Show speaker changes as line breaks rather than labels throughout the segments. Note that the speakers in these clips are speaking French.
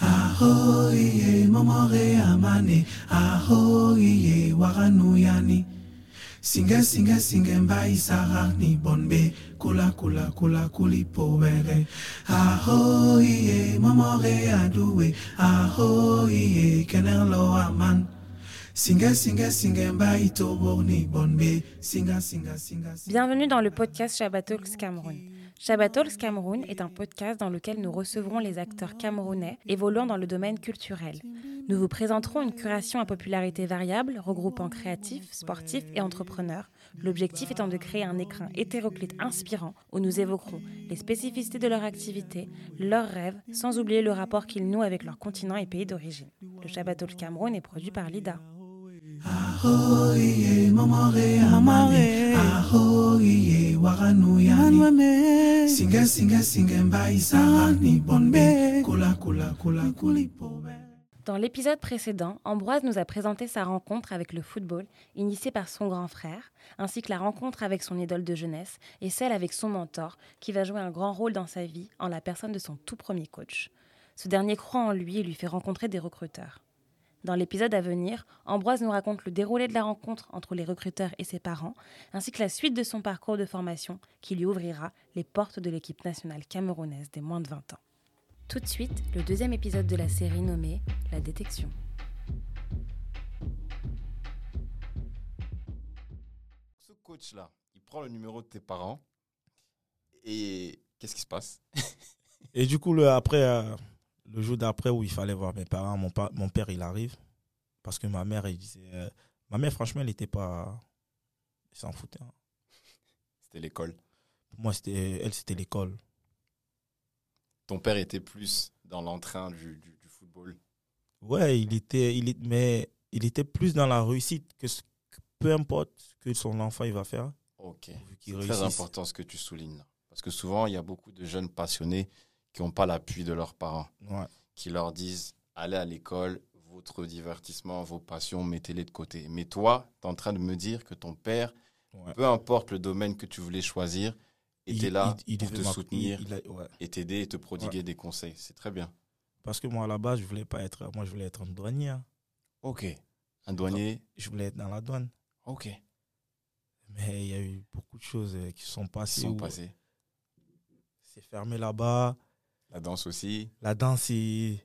ahoye e momore amane ahoye waranuyani singe singe singe mbai sarani bonbe kula kula kula kulipowere ahoye e momore aduwe ahoye kenelo aman Singa, singa, singa, mbai toborni bonbe. Singa, singa, singa, singa.
Bienvenue dans le podcast Shabbat Talks Cameroun. Shabbat Talks Cameroun est un podcast dans lequel nous recevrons les acteurs camerounais évoluant dans le domaine culturel. Nous vous présenterons une curation à popularité variable regroupant créatifs, sportifs et entrepreneurs, l'objectif étant de créer un écrin hétéroclite inspirant où nous évoquerons les spécificités de leur activité, leurs rêves, sans oublier le rapport qu'ils nouent avec leur continent et pays d'origine. Le Shabbat Talks Cameroun est produit par l'IDA.
Ahoye, momore, amane. Ahoye, waranuyani. Singa, singa, singa, mbai sarani bonbe. Kula, kula, kula, kulipobe.
Dans l'épisode précédent, Ambroise nous a présenté sa rencontre avec le football, initiée par son grand frère, ainsi que la rencontre avec son idole de jeunesse et celle avec son mentor, qui va jouer un grand rôle dans sa vie en la personne de son tout premier coach. Ce dernier croit en lui et lui fait rencontrer des recruteurs. Dans l'épisode à venir, Ambroise nous raconte le déroulé de la rencontre entre les recruteurs et ses parents, ainsi que la suite de son parcours de formation qui lui ouvrira les portes de l'équipe nationale camerounaise des moins de 20 ans. Tout de suite, le deuxième épisode de la série nommée La détection.
Ce coach-là, il prend le numéro de tes parents et qu'est-ce qui se passe
Et du coup, le, après, euh, le jour d'après où il fallait voir mes parents, mon, pa- mon père, il arrive. Parce que ma mère, elle disait. euh, ma mère, franchement, elle n'était pas. Elle s'en foutait. hein.
C'était l'école.
Pour moi, c'était, elle, c'était l'école.
Ton père était plus dans l'entrain du, du- du football.
Ouais, il était, il est, mais il était plus dans la réussite que, ce- que peu importe ce que son enfant il va faire.
Ok.
pourvu qu'il
C'est très
réussisse.
important ce que tu soulignes. là. Parce que souvent, il y a beaucoup de jeunes passionnés qui n'ont pas l'appui de leurs parents,
Ouais.
qui leur disent allez à l'école, votre divertissement, vos passions, mettez-les de côté. Mais toi, tu es en train de me dire que ton père,
Ouais.
peu importe le domaine que tu voulais choisir, était là pour
devait
te
m'ac-
soutenir
il- il a- ouais.
et t'aider et te prodiguer des conseils. C'est très bien.
Parce que moi, à la base, je voulais pas être. Moi, je voulais être un douanier. hein.
Ok. Un douanier.
Je voulais être dans la douane.
Ok.
Mais il y a eu beaucoup de choses euh, qui sont
Ils
passées.
sont
où
passés.
C'est fermé là-bas.
La danse aussi.
La danse, c'est-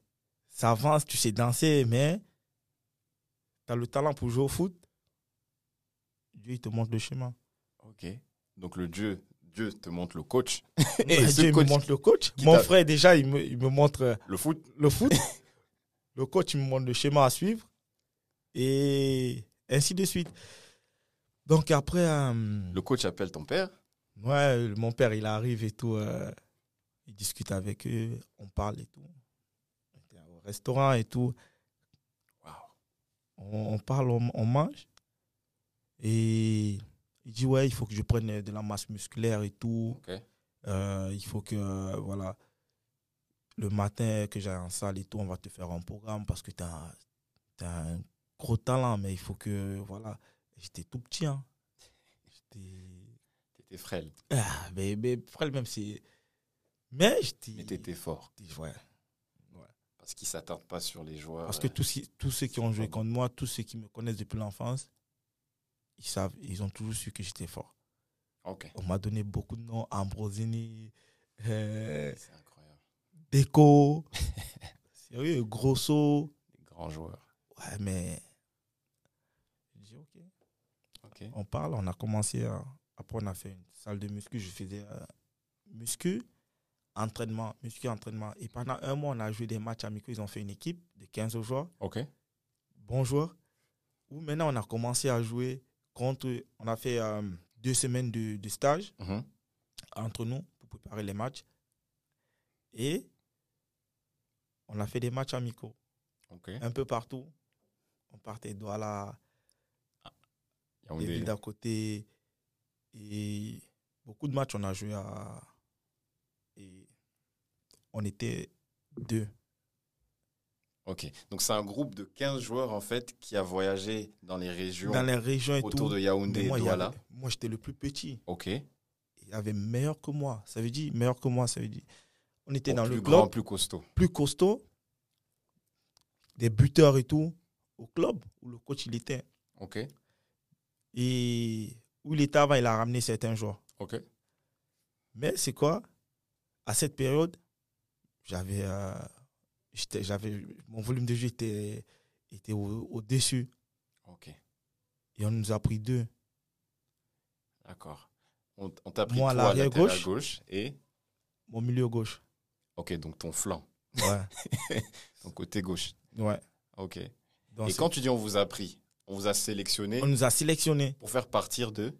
ça avance, tu sais danser, mais tu as le talent pour jouer au foot. Dieu, il te montre le chemin.
Ok. Donc le Dieu, Dieu te montre le coach,
Ouais,
ce
Dieu, il me
coach
montre le coach.
qui
Mon
t'a-
frère, déjà, il me, il me montre euh,
le foot.
le foot. le coach, il me montre le schéma à suivre. Et ainsi de suite. Donc après, euh,
Le coach appelle ton père.
ouais, mon père, il arrive et tout. euh, il discute avec eux, on parle et tout. On était au restaurant et tout. on, on parle, on, on mange. Et il dit, ouais, il faut que je prenne euh, de la masse musculaire et tout.
Ok.
Euh, il faut que, euh, voilà, le matin que j'aille en salle et tout, on va te faire un programme parce que tu as, un gros talent, mais il faut que, voilà, j'étais tout petit. hein. J'étais...
T'étais frêle,
Ah, mais, mais frère, même si... Mais j'étais...
mais t'étais fort.
Ouais.
Parce qu'ils s'attardent pas sur les joueurs.
Parce que tous, ceux- tous ceux qui ont joué contre moi, tous ceux qui me connaissent depuis l'enfance, ils savent, ils ont toujours su que j'étais fort.
Ok.
On m'a donné beaucoup de noms, Ambrosini, euh,
C'est incroyable.
Deco, sérieux, Grosso.
Des grands joueurs.
Ouais, mais je dis ok.
Ok.
On parle, on a commencé, à- après on a fait une salle de muscu, je faisais euh, muscu, entraînement, muscu, entraînement. Et pendant un mois, on a joué des matchs amicaux, ils ont fait une équipe de 15 joueurs.
Ok.
bon joueur. Ou maintenant, on a commencé à jouer contre. On a fait euh, deux semaines de, de stage
Mhm.
entre nous pour préparer les matchs. Et on a fait des matchs amicaux
Ok.
un peu partout. On partait Douala, les
Yaoundé.
villes d'à côté. Et beaucoup de matchs, on a joué à. Et on était deux.
Ok. Donc c'est un groupe de 15 joueurs en fait qui a voyagé dans les régions
Dans les régions et
autour
tout.
de
Mais
Yaoundé et
moi, il y
Douala.
avait- moi, j'étais le plus petit.
Ok.
il avait meilleur que moi. Ça veut dire meilleur que moi, ça veut dire. On était
Bon,
dans
plus
le
grand,
club
plus costaud.
plus costaud. des buteurs et tout au club où le coach il était.
Ok.
Et où il était avant, il a ramené certains joueurs.
Ok.
Mais c'est quoi À cette période, j'avais. euh, j'étais- j'avais mon volume de jeu était, était au- au-dessus.
Ok.
et on nous a pris deux.
D'accord. On, t- on t'a pris
Moi, à
toi à
l'arrière
latéral gauche.
gauche.
et.
Mon milieu gauche.
Ok, donc ton flanc,
Ouais.
ton côté gauche.
ouais.
Ok.
Donc,
et quand tu dis on vous a pris, on vous a sélectionné
on nous a sélectionnés
pour faire partir de.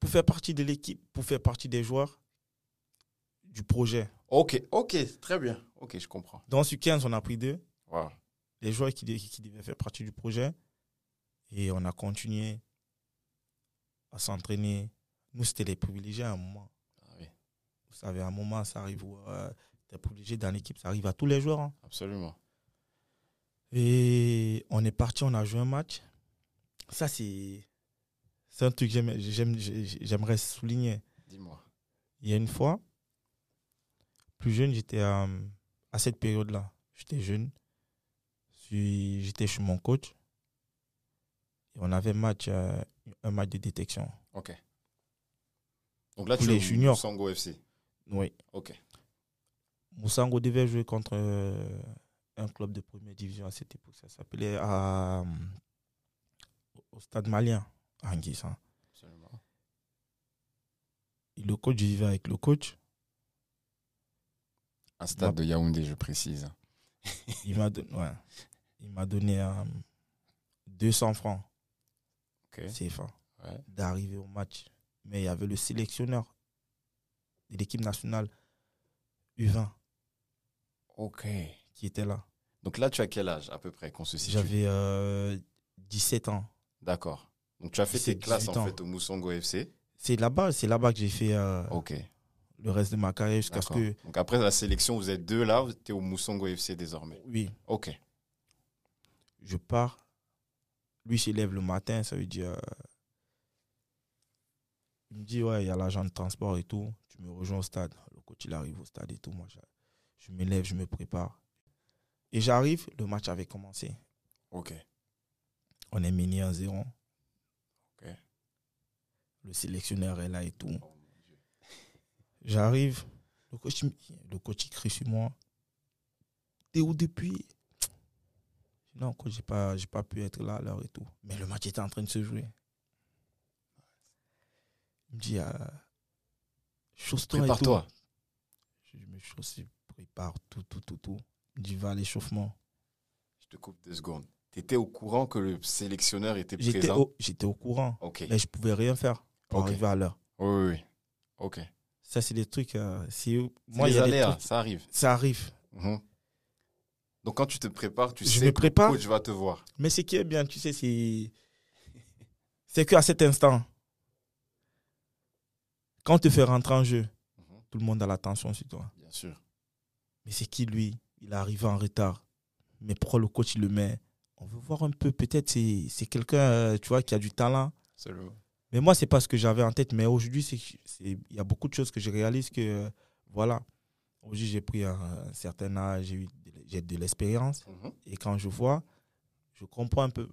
pour faire partie de l'équipe, pour faire partie des joueurs du projet.
Ok, ok, très bien. Ok, je comprends.
Dans ce 15, on a pris deux.
Waouh.
les joueurs qui, dé- qui devaient faire partie du projet. Et on a continué à s'entraîner. Nous, c'était les privilégiés à un moment.
Ah oui.
Vous savez, à un moment, ça arrive où tu es privilégié dans l'équipe, ça arrive à tous les joueurs. hein.
Absolument.
Et on est parti, on a joué un match. Ça, c'est c'est un truc que j'aime- j'aime- j'aimerais souligner.
Dis-moi.
Il y a une fois, plus jeune, j'étais euh, à cette période-là. J'étais jeune. Puis J'étais chez mon coach. Et on avait match, euh, un match de détection.
Ok. Donc là,
Pour
tu es
les juniors.
Sango FC.
Oui.
Ok.
Moussango devait jouer contre euh, un club de première division à cette époque. Ça s'appelait euh, au stade malien, à Anguissa.
Absolument.
Et le coach, je vivais avec le coach.
Un stade de Yaoundé, je précise.
Il m'a don- ouais. Il m'a donné euh, 200 francs.
Ok.
CFA
Ouais.
d'arriver au match. Mais il y avait le sélectionneur de l'équipe nationale U20
Ok.
qui était là.
Donc là, tu as quel âge à peu près qu'on se situe
J'avais euh, 17 ans.
D'accord. Donc tu as fait tes
C'est
classes
18
en
ans.
fait au Moussango FC.
C'est là-bas, c'est là-bas que j'ai fait euh,
Ok.
le reste de ma carrière jusqu'à ce
D'accord.
que
Donc après la sélection, vous êtes deux là, vous êtes au Moussango FC désormais.
oui,
Ok.
je pars. Lui s'élève le matin, ça veut dire euh, il me dit ouais, il y a l'agent de transport et tout, tu me rejoins au stade. Le coach il arrive au stade et tout, moi je, je me lève, je me prépare. Et j'arrive, le match avait commencé.
Ok.
On est mené à 0.
Ok.
Le sélectionneur est là et tout.
Oh mon Dieu.
J'arrive. Le coach, il me- le coach il crie sur moi. T'es où depuis Non, coach, j'ai pas, j'ai pas pu être là à l'heure et tout. Mais le match était en train de se jouer. Il me dit, euh, chausse-toi et tout.
Prépare-toi.
Je me chausse, je prépare tout, tout, tout, tout. Il me dit, va à l'échauffement.
Je te coupe deux secondes. Tu étais au courant que le sélectionneur était
J'étais
présent
au, j'étais au courant,
Ok.
mais je pouvais rien faire pour
Ok.
arriver à l'heure.
Oui, oui, oui. Ok.
Ça, c'est des trucs. euh, c'est-
Moi,
moi, il
les
y a des
aléas,
trucs-
ça arrive.
ça arrive.
Mhm. Donc quand tu te prépares, tu
je
sais
me
que
prépare.
le coach va te voir.
Mais ce qui est bien, tu sais, c'est. C'est qu'à cet instant, quand on te fait rentrer en jeu,
Mhm.
tout le monde a l'attention sur toi.
Bien sûr.
Mais c'est qui, lui Il est arrivé en retard. Mais pourquoi le coach, il le met On veut voir un peu. Peut-être c'est c'est quelqu'un, euh, tu vois, qui a du talent.
Absolument.
Mais moi, c'est pas ce que j'avais en tête. Mais aujourd'hui, c'est que c'est- il y a beaucoup de choses que je réalise que, euh, voilà, aujourd'hui, j'ai pris un, un certain âge, j'ai eu de- j'ai de l'expérience.
Mhm.
Et quand je vois, je comprends un peu,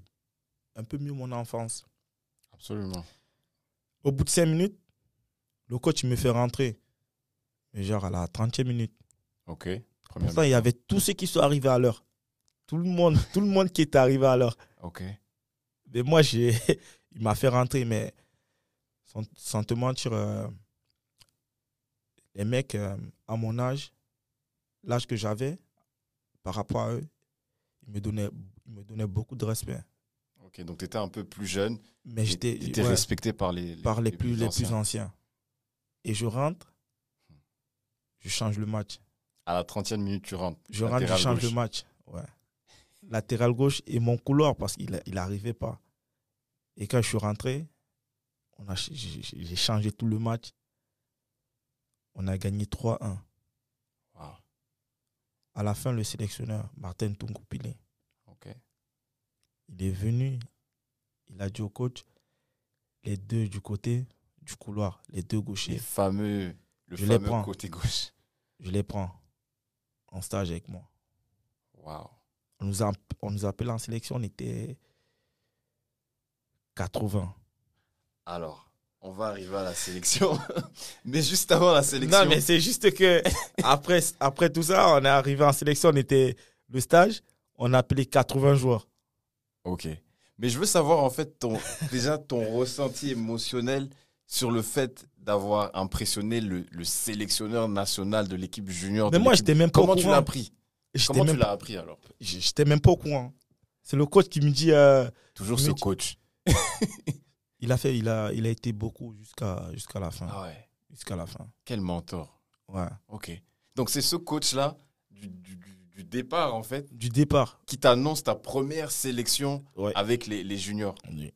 un peu mieux mon enfance.
Absolument.
Au bout de cinq minutes, le coach il me fait rentrer. Mais genre à la 30e minute.
Ok. Première
Pourtant, il y avait tous ceux qui sont arrivés à l'heure. Tout le monde, tout le monde qui est arrivé à l'heure.
Ok.
Mais moi, j'ai, il m'a fait rentrer, mais sans, sans te mentir, euh, les mecs, euh, à mon âge, l'âge que j'avais, par rapport à eux, ils me donnaient, ils me donnaient beaucoup de respect.
Ok. Donc tu étais un peu plus jeune.
Mais j'étais,
Tu étais
ouais.
respecté par les, les-
par les, plus, les plus
anciens.
anciens. Et je rentre, je change le match.
À la 30e minute, tu rentres.
Je rentre, je
Latéral
change
gauche.
le match. Ouais. Latéral gauche et mon couloir parce qu'il n'arrivait pas. Et quand je suis rentré, on a ch- j'ai j'ai- j'ai changé tout le match. On a gagné 3-1.
Wow.
À la fin, le sélectionneur, Martin Tungoupili,
Ok.
il est venu. Il a dit au coach, les deux du côté du couloir, les deux
Les
gauchers,
fameux, le
Je les
fameux
prends.
côté gauche.
je les prends en stage avec moi.
Waouh.
On nous, a, on nous a appelé en sélection, on était 80.
Alors, on va arriver à la sélection. mais juste avant la sélection.
Non, mais c'est juste que après, après tout ça, on est arrivé en sélection, on était le stage, on a appelé 80 joueurs.
Ok. Mais je veux savoir, en fait, ton, déjà ton ressenti émotionnel sur le fait d'avoir impressionné le, le sélectionneur national de l'équipe junior. de
Mais moi,
l'équipe-
j'étais même pas au
Comment tu
courant.
l'as appris
J'étais
Comment tu
même,
l'as appris alors
j'étais même pas au courant. C'est le coach qui me dit euh,
Toujours
Mais
ce
tu-
coach.
il a fait il a il a été beaucoup jusqu'à jusqu'à la fin,
Ah ouais.
jusqu'à la fin.
Quel mentor.
Ouais.
Ok. Donc c'est ce coach-là, du, du- du- du départ en fait,
Du départ.
qui t'annonce ta première sélection
Ouais.
avec les, les juniors.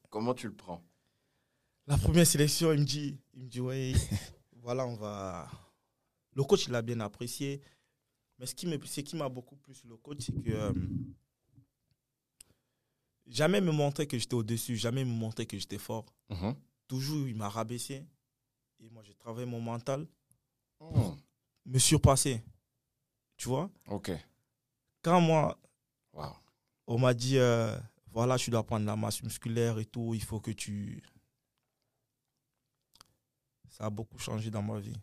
Comment tu le prends
La première sélection, il me dit il me dit ouais, voilà, on va le coach il a bien apprécié. Mais ce qui me ce qui m'a beaucoup plu sur le coach, c'est que euh, jamais il me montrait que j'étais au-dessus, jamais il me montrait que j'étais fort.
Mhm.
Toujours il m'a rabaissé et moi j'ai travaillé mon mental,
Hmm.
me surpasser. Tu vois
Ok.
Quand moi
Waouh.
on m'a dit euh, voilà tu dois prendre la masse musculaire et tout il faut que tu ça a beaucoup changé dans ma vie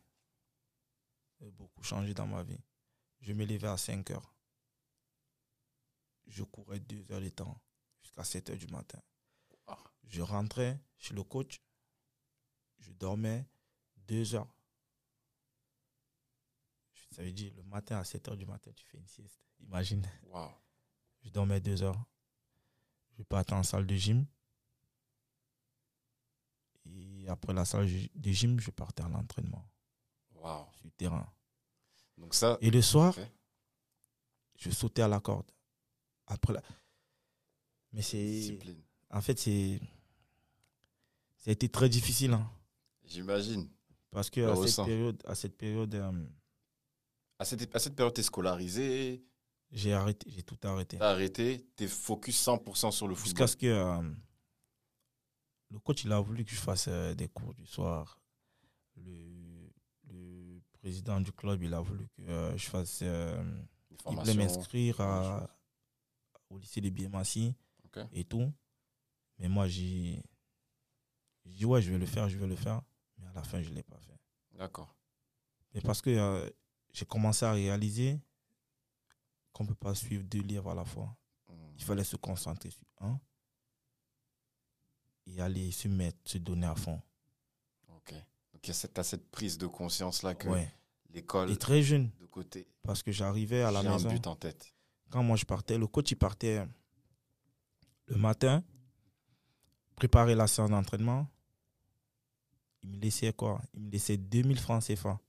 Ça a beaucoup changé dans ma vie je me levais à 5 heures je courais 2 heures de temps jusqu'à 7 heures du matin
Ah.
je rentrais chez le coach je dormais 2 heures ça veut dire le matin à 7 heures du matin tu fais une sieste imagine
Waouh.
je dormais deux heures. Je partais en salle de gym. Et après la salle gi- de gym, je partais à l'entraînement,
Waouh.
sur le terrain.
Donc ça,
Et le soir,
Ok.
je sautais à la corde. Après la... Mais c'est.
discipline.
En fait, c'est. Ça a été très difficile. hein.
J'imagine.
parce que
Je
à cette
ressens.
période, à cette période euh,
À cette, à cette période, t'es scolarisé,
j'ai arrêté, j'ai tout arrêté.
t'as arrêté, t'es focus 100% sur le
Jusqu'à
football.
ce que euh, le coach il a voulu que je fasse euh, des cours du soir. Le, le président du club il a voulu que euh, je fasse. euh,
Des
il
formations.
voulait m'inscrire à-
choses.
au lycée de Biemassi
Ok.
et tout. Mais moi j'ai j'ai dit ouais je vais le faire, je vais le faire. Mais à la fin je ne l'ai pas fait.
D'accord.
Mais parce que euh, j'ai commencé à réaliser qu'on ne peut pas suivre deux livres à la fois
Hmm.
il fallait se concentrer sur un et aller se mettre, se donner à fond.
Ok. Donc il y a cette, t'as cette prise de conscience-là que
Ouais.
l'école,
Et très jeune,
de côté,
parce que j'arrivais à la
j'ai un
maison.
but hein. en tête.
Quand moi je partais, le coach il partait le matin, préparer la séance d'entraînement. Il me laissait quoi Il me laissait 2000 francs CFA.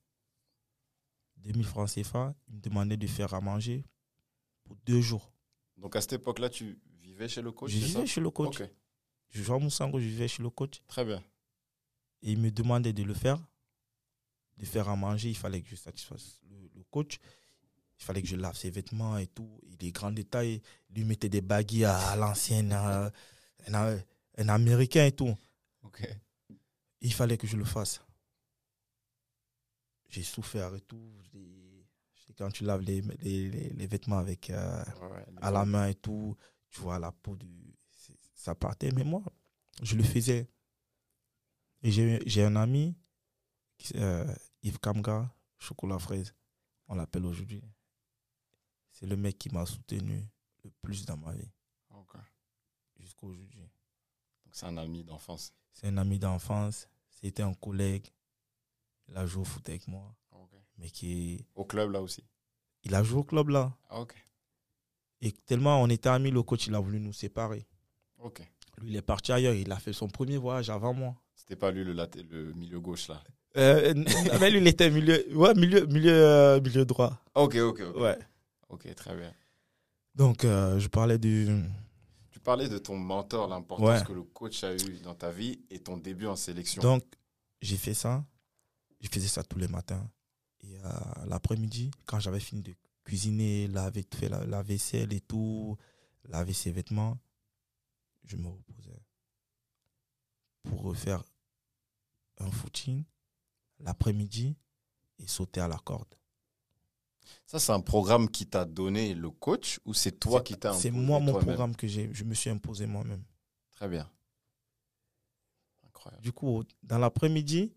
2000 francs CFA, il me demandait de faire à manger pour deux jours.
Donc à cette époque-là, tu vivais chez le coach
je
c'est ça
vivais chez le coach.
Ok,
Je jouais à Moussango, je vivais chez le coach.
très bien.
et il me demandait de le faire, de faire à manger. Il fallait que je satisfasse le, le coach. Il fallait que je lave ses vêtements et tout. Il est grand détail. Il lui mettait des baguilles à, à l'ancienne, à- un, un américain et tout.
Ok.
Il fallait que je le fasse. J'ai souffert et tout. J'ai- c'est Quand tu laves les, les- les- les vêtements avec, euh, à la main et tout, tu vois la peau du. c'est- Ça partait. Mais moi, je le faisais. Et j'ai j'ai un ami, qui s- euh, Yves Kamga, chocolat fraise, on l'appelle aujourd'hui. C'est le mec qui m'a soutenu le plus dans ma vie,
Ok.
jusqu'à aujourd'hui.
Donc c'est un ami d'enfance.
C'est un ami d'enfance, c'était un collègue. Il a joué au foot avec moi, mais qui.
Au club là aussi.
Il a joué au club là.
Ah, ok.
Et tellement on était amis, le coach, il a voulu nous séparer.
Ok.
Lui, il est parti ailleurs, il a fait son premier voyage avant moi.
C'était pas lui le, laté- le milieu gauche là.
Euh, n- non, mais lui, il était milieu, ouais, milieu, milieu, euh, milieu droit.
Ok, ok, ok.
Ouais.
Ok, très bien.
Donc, euh, je parlais du.
Tu parlais de ton mentor, l'importance
Ouais.
que le coach a eu dans ta vie et ton début en sélection.
Donc, j'ai fait ça. Je faisais ça tous les matins. Et euh, l'après-midi, quand j'avais fini de cuisiner, laver, tout fait la, la vaisselle et tout, laver ses vêtements, je me reposais pour refaire un footing l'après-midi et sauter à la corde.
Ça, c'est un programme qui t'a donné le coach ou c'est toi qui t'as imposé
C'est moi mon
toi-même
programme que j'ai, je me suis imposé moi-même.
Très bien. Incroyable.
Du coup, dans l'après-midi,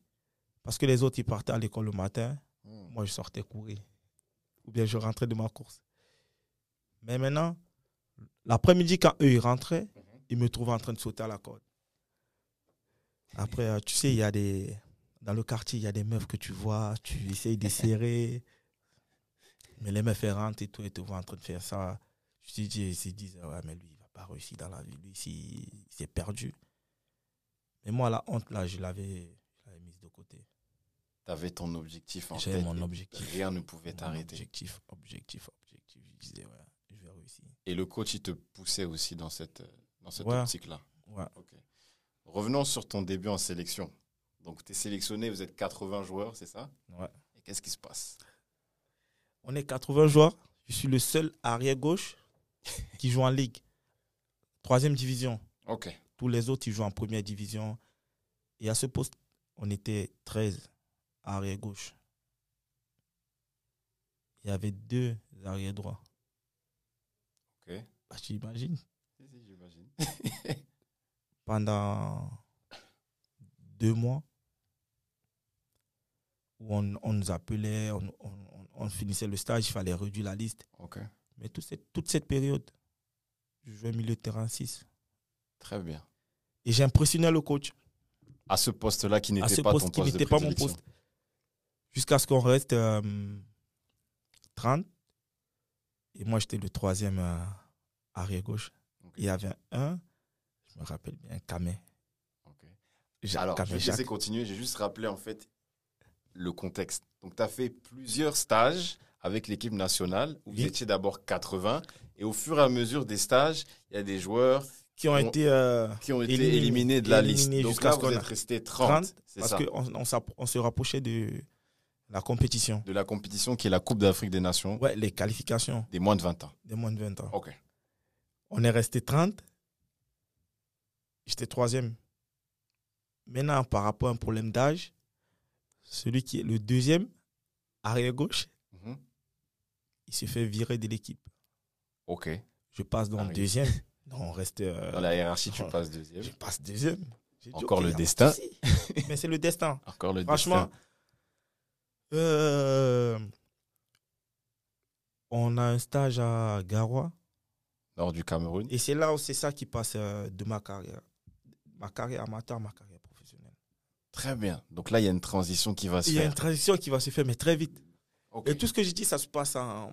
parce que les autres ils partaient à l'école le matin,
Hmm.
moi je sortais courir ou bien je rentrais de ma course. Mais maintenant, l'après-midi quand eux ils rentraient, ils me trouvaient en train de sauter à la corde. Après, euh, tu sais, il y a des dans le quartier, il y a des meufs que tu vois, tu essayes de serrer, mais les meufs elles rentrent et tout, et te voient en train de faire ça. Je te dis, ils se disent, Ah ouais, mais lui, il va pas réussir dans la vie, lui, si- il s'est perdu. Mais moi, la honte, là, je l'avais je l'avais mise de côté.
T'avais ton objectif en
J'avais
tête.
mon
et
objectif.
Rien ne pouvait
Mon
t'arrêter.
Objectif, objectif, objectif. Je disais, ouais, je vais réussir.
Et le coach, il te poussait aussi dans cette, dans cette
Ouais.
optique-là.
Ouais.
Ok. Revenons sur ton début en sélection. Donc, tu es sélectionné, vous êtes 80 joueurs, c'est ça
Ouais.
Et qu'est-ce qui se passe
On est 80 joueurs. Je suis le seul arrière-gauche qui joue en Ligue. Troisième division.
Ok.
Tous les autres, ils jouent en première division. Et à ce poste, on était 13 arrière-gauche. Il y avait deux arrière-droits.
Ok.
Bah, tu imagines
Si, si, j'imagine.
pendant deux mois où on, on nous appelait, on, on- on- on finissait le stage, il fallait réduire la liste.
Ok.
Mais toute cette, toute cette période, je jouais milieu de terrain 6.
Très bien.
Et j'impressionnais le coach
À ce poste-là qui
à
n'était
ce
pas
poste
ton
qui
poste de
n'était pas mon
prédilection.
poste. Jusqu'à ce qu'on reste euh, 30. Et moi, j'étais le troisième euh, arrière-gauche.
Ok.
Il y avait un, je me rappelle bien, Kamé.
Ok.
Jacques
Alors, je
Kamé
vais te laisser
Jacques.
continuer. J'ai juste rappelé, en fait, le contexte. Donc, tu as fait plusieurs stages avec l'équipe nationale où vous
Oui.
étiez d'abord 80. Et au fur et à mesure des stages, il y a des joueurs
qui ont
on-
été... euh,
qui ont été
Éliminés.
éliminés de la
Éliminés
liste. Donc
jusqu'à
là,
ce
vous
qu'on
êtes
a-
resté 30.
30,
c'est
parce
ça.
qu'on on, s'appro- on se rapprochait de la compétition.
De la compétition qui est la Coupe d'Afrique des Nations
Ouais, les qualifications
des moins de 20 ans.
des moins de 20 ans.
Ok.
On est resté 30. J'étais troisième. Maintenant, par rapport à un problème d'âge, celui qui est le deuxième, arrière-gauche,
Mhm.
il se fait virer de l'équipe.
Ok.
Je passe dans le
Arrière.
deuxième. Non, on reste. euh,
Dans la hiérarchie, tu
oh.
passes deuxième.
Je passe deuxième. J'ai dit,
Encore
ok,
le
y a pas de
destin.
souci. Mais c'est le destin.
Encore le
Franchement,
destin.
euh, on a un stage à Garoua.
Nord du Cameroun.
Et c'est là où c'est ça qui passe euh, de ma carrière. Ma carrière amateur à ma carrière professionnelle.
Très bien. Donc là, il y a une transition qui va se
Il y a
faire.
une transition qui va se faire, mais très vite.
Ok.
Et tout ce que j'ai dit, ça se passe en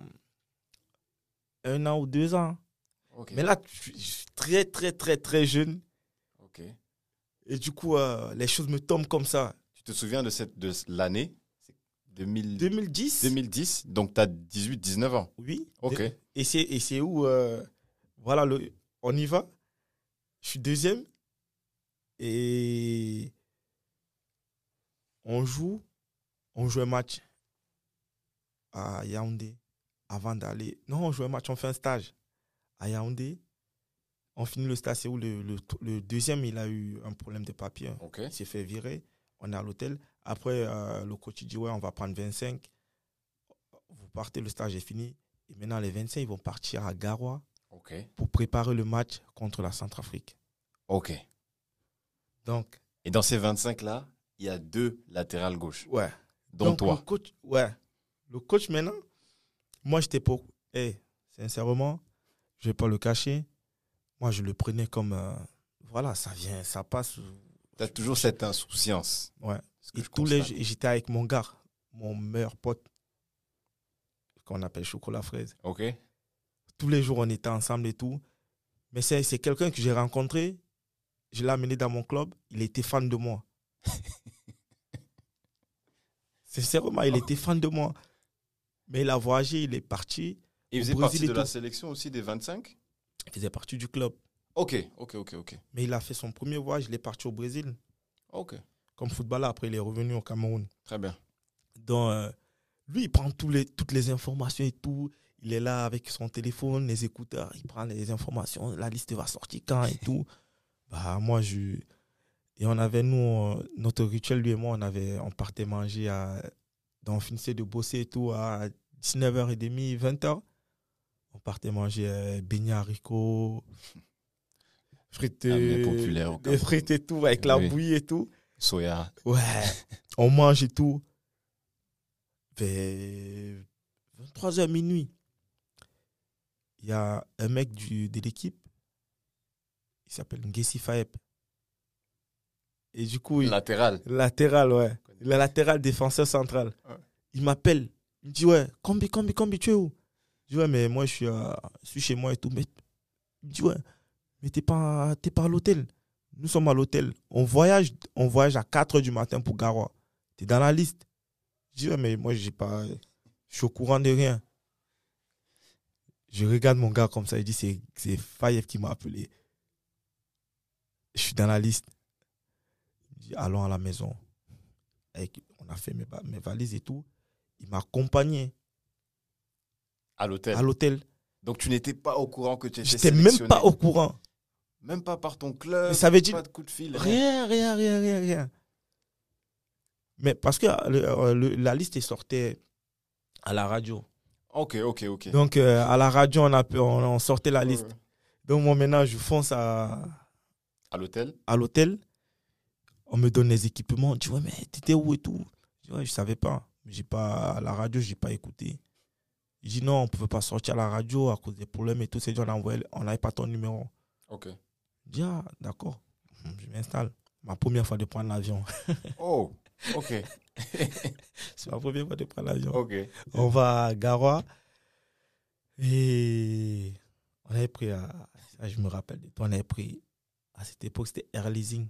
un an ou deux ans.
Ok.
Mais là, je suis- je suis très, très, très, très jeune.
Ok.
Et du coup, euh, les choses me tombent comme ça.
Tu te souviens de, cette, de l'année C'est 2000
2010,
2010, donc tu as 18-19 ans.
oui.
Ok.
Et c'est, et c'est où, euh, voilà, le, on y va. Je suis deuxième. Et on joue, on joue un match à Yaoundé avant d'aller. Non, on joue un match, on fait un stage à Yaoundé. On finit le stage, c'est où le, le- le deuxième, il a eu un problème de papier. hein.
Ok.
Il s'est fait virer. On est à l'hôtel. Après, euh, le coach il dit Ouais, on va prendre 25. Vous partez, le stage est fini. Et maintenant, les 25, ils vont partir à Garoua
Ok.
pour préparer le match contre la Centrafrique.
Ok.
Donc,
Et dans ces 25-là, il y a deux latérales gauche,
ouais.
dont
Le
toi.
coach, ouais. Le coach, maintenant, moi, j'étais pour. Eh, sincèrement, je vais pas le cacher. Moi, je le prenais comme. euh, voilà, ça vient, ça passe.
Tu as toujours cette insouciance.
Ouais.
Ce que
Et
je
tous les,
constate.
et j'étais avec mon gars, mon meilleur pote, qu'on appelle Chocolat Fraise.
Ok.
Tous les jours, on était ensemble et tout. Mais c'est, c'est quelqu'un que j'ai rencontré. Je l'ai amené dans mon club. Il était fan de moi. Sincèrement, il était fan de moi. Mais il a voyagé, il est parti.
Et il
Au
faisait
Brésil
partie
et
de la
tout.
sélection aussi des 25
Il faisait partie du club.
Ok, ok, ok, ok.
Mais il a fait son premier voyage. Il est parti au Brésil
Ok.
comme footballeur. Après, il est revenu au Cameroun.
Très bien.
Donc, euh, lui, il prend tous les, toutes les informations et tout. Il est là avec son téléphone, les écouteurs, il prend les informations, la liste va sortir quand et tout. Bah, moi, je. Et on avait, nous, euh, notre rituel, lui et moi, on, avait, on partait manger à. donc, on finissait de bosser et tout à 19h30, 20h, on partait manger euh, beignets haricots, frites,
Un mets
euh,
populaire au
des
Cameroun.
frites et tout, avec la
Oui.
bouillie et tout.
Soya.
Ouais, on mange et tout. Vers 23h minuit, il y a un mec du, de l'équipe, il s'appelle Ngessi Faep. Et du coup, il-
Latéral.
Latéral, ouais. Le latéral défenseur central.
Ouais.
Il m'appelle. Il me dit, ouais, combi, combi, combi, tu es où Je dis, ouais, mais moi, je suis, à- je suis chez moi et tout. Mais... Il me dit, ouais, mais t'es pas, t'es pas à l'hôtel. Nous sommes à l'hôtel. On voyage, on voyage à 4 h du matin pour Garoua. T'es dans la liste. Je dis, ouais, mais moi, j'ai pas. Je suis au courant de rien. Je regarde mon gars comme ça. Il dit, c'est, c'est Fayef qui m'a appelé. Je suis dans la liste. Il dit, allons à la maison. Avec- on a fait mes, ba- mes valises et tout. Il m'a accompagné
À l'hôtel.
à l'hôtel.
Donc tu n'étais pas au courant que tu étais
J'étais même
sélectionné.
pas au courant.
Même pas par ton club.
Mais ça veut dire-
Pas de coup de fil.
Rien, rien, rien, rien, rien. Mais parce que euh, le- euh, le- la liste elle sortait à la radio.
Ok, ok, ok.
Donc euh, à la radio, on, a, pu- on, on sortait la
Ouais,
liste.
ouais.
Donc moi maintenant, je fonce à,
À l'hôtel.
à l'hôtel. On me donne les équipements. On dit, ouais, mais t'étais où et tout Je dis, ouais, je savais pas. J'ai pas. À la radio, j'ai pas écouté. Je dis, non, on pouvait pas sortir à la radio à cause des problèmes et tout. C'est dit, on envoyait- on n'avait pas ton numéro.
Ok.
Je dis, ah, d'accord. Je m'installe. Ma première fois de prendre l'avion.
Oh, ok,
C'est ma première fois de prendre l'avion.
ok.
On va à Garoua. Et on avait pris, à- ça, je me rappelle, de toi, on avait pris, à cette époque, c'était Air Leasing.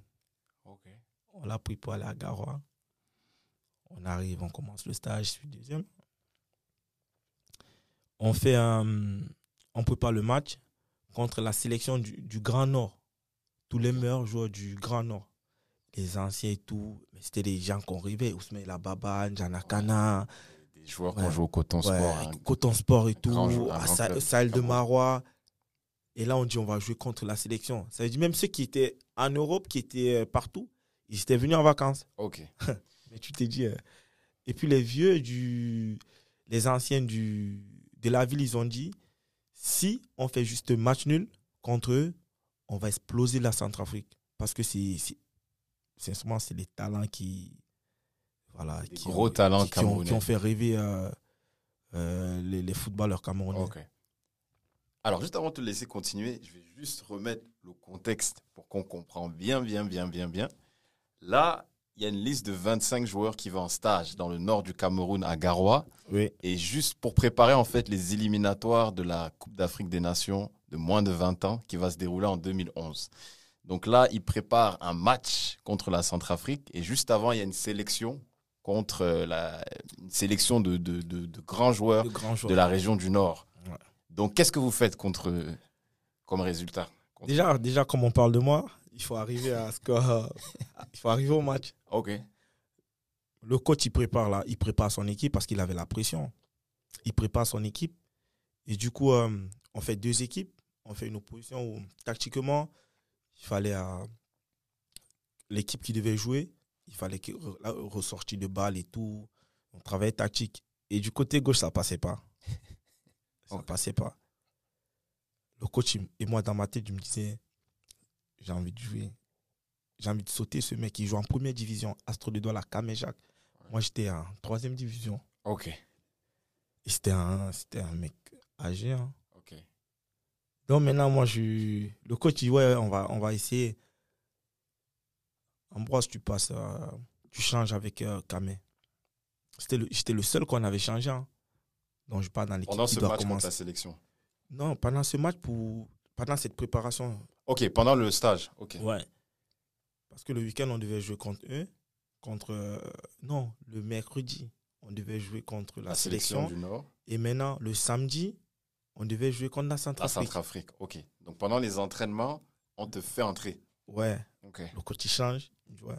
Ok.
On l'a pris pour aller à Garoua. On arrive, on commence le stage, je suis deuxième. On fait un- on prépare le match contre la sélection du, du Grand Nord. Tous les meilleurs joueurs du Grand Nord. Les anciens et tout. Mais c'était des gens qu'on rêvait. Ousmane Lababa, Janakana,
Des joueurs
Ouais.
qu'on joue au coton
ouais,
sport. hein.
Coton Sport et tout.
grand jou- un
à
grand
Sa-
club.
Sahel de
Cameroun.
Marois. Et là, on dit on va jouer contre la sélection. Ça veut dire même ceux qui étaient en Europe, qui étaient euh, partout, ils étaient venus en vacances.
Ok.
Mais tu t'es dit. euh, Et puis les vieux du. Les anciens du, de la ville, ils ont dit si on fait juste match nul contre eux, on va exploser la Centrafrique. Parce que c'est. c'est- Sincèrement, c'est les talents qui. Voilà.
Des
Qui
gros
ont,
talents
qui, qui ont,
camerounais.
qui ont fait rêver euh, euh, les, les footballeurs camerounais.
Ok. Alors, juste avant de te laisser continuer, je vais juste remettre le contexte pour qu'on comprenne bien, bien, bien, bien, bien. Là, il y a une liste de 25 joueurs qui vont en stage dans le nord du Cameroun à Garoua.
Oui.
Et juste pour préparer en fait les éliminatoires de la Coupe d'Afrique des Nations de moins de 20 ans qui va se dérouler en 2011. Donc là, il prépare un match contre la Centrafrique et juste avant, il y a une sélection contre euh, la une sélection de, de- de- de grands joueurs
De grands joueurs.
de la région du Nord.
Ouais.
Donc qu'est-ce que vous faites contre eux comme résultat contre-
Déjà, déjà, comme on parle de moi, il faut arriver à ce que. il faut arriver au match.
Ok.
Le coach, il prépare, là, il prépare son équipe parce qu'il avait la pression. Il prépare son équipe. Et du coup, euh, on fait deux équipes. On fait une opposition où, tactiquement, il fallait euh, l'équipe qui devait jouer, il fallait que re- la ressortie de balle et tout. On travaillait tactique. Et du côté gauche, ça passait pas. Ça
Ok.
passait pas. Le coach il- et moi, dans ma tête, je me disais, j'ai envie de jouer. J'ai envie de sauter ce mec qui joue en première division, Astro de Douala, Caméjac. Moi, j'étais en troisième division.
Ok.
Et c'était un, c'était un mec âgé. hein.
Ok.
Donc maintenant, moi, je, le coach, il dit, ouais, on va, on va essayer. Ambroise, tu passes, euh, tu changes avec euh, Kamé. C'était le, j'étais le seul qu'on avait changé. hein. Donc je pars dans l'équipe
Pendant
qui
ce
doit
match contre
commencer.
la sélection.
Non, pendant ce match, pour, pendant cette préparation.
Ok, pendant le stage. Ok.
Ouais. Parce que le week-end, on devait jouer contre eux. Contre, euh, non, le mercredi, on devait jouer contre la,
La sélection
sélection.
du Nord.
Et maintenant, le samedi, on devait jouer contre la
La
Centrafrique.
Centrafrique, ok. Donc pendant les entraînements, on te fait entrer.
Ouais.
Ok.
Le coach il change, il dit, ouais.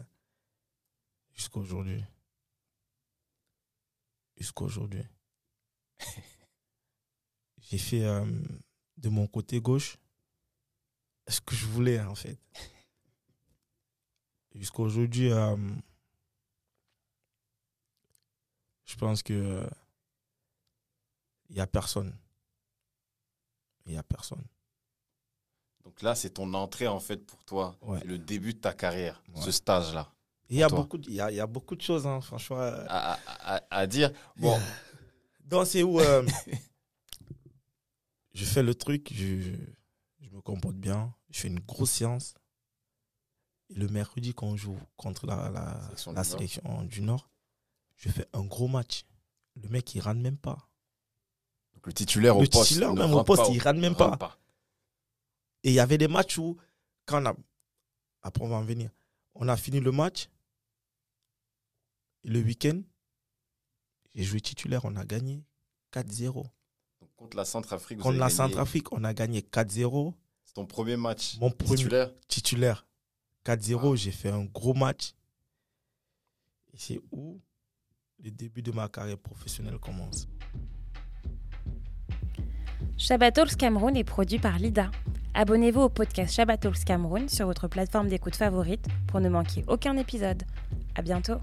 Jusqu'à aujourd'hui. Jusqu'à aujourd'hui. J'ai fait euh, de mon côté gauche ce que je voulais en fait. Jusqu'à aujourd'hui, euh, je pense que euh, Il n'y a personne. Il n'y a personne.
Donc là, c'est ton entrée en fait pour toi.
Ouais.
C'est le début de ta carrière,
Ouais.
ce stage-là.
Il y, a
Pour toi.
beaucoup de- il y, a, il y a beaucoup de choses, hein, franchement. euh,
À, à- à- à dire, bon,
Donc, c'est où euh, je fais le truc, je, je me comporte bien, je fais une grosse séance. Et le mercredi, quand on joue contre la, la-
Sélection du
la
Nord.
sélection du Nord, je fais un gros match. Le mec, il rate même pas.
le titulaire au
le
poste.
titulaire,
ne
même au
rentre
poste,
pas
il rate même pas.
rentre
Et il y avait des matchs où, quand on a, après on va en venir, on a fini le match, et le week-end, j'ai joué titulaire, on a gagné 4-0.
Donc, contre la Centrafrique, vous
Contre
avez
la
gagné.
Centrafrique, on a gagné 4-0.
C'est ton premier match
Mon premier
titulaire.
titulaire, 4-0, j'ai fait un gros match. Et c'est où le début de ma carrière professionnelle commence.
Shabbatol's Cameroun est produit par Lida. Abonnez-vous au podcast Shabbatol's Cameroun sur votre plateforme d'écoute favorite pour ne manquer aucun épisode. À bientôt.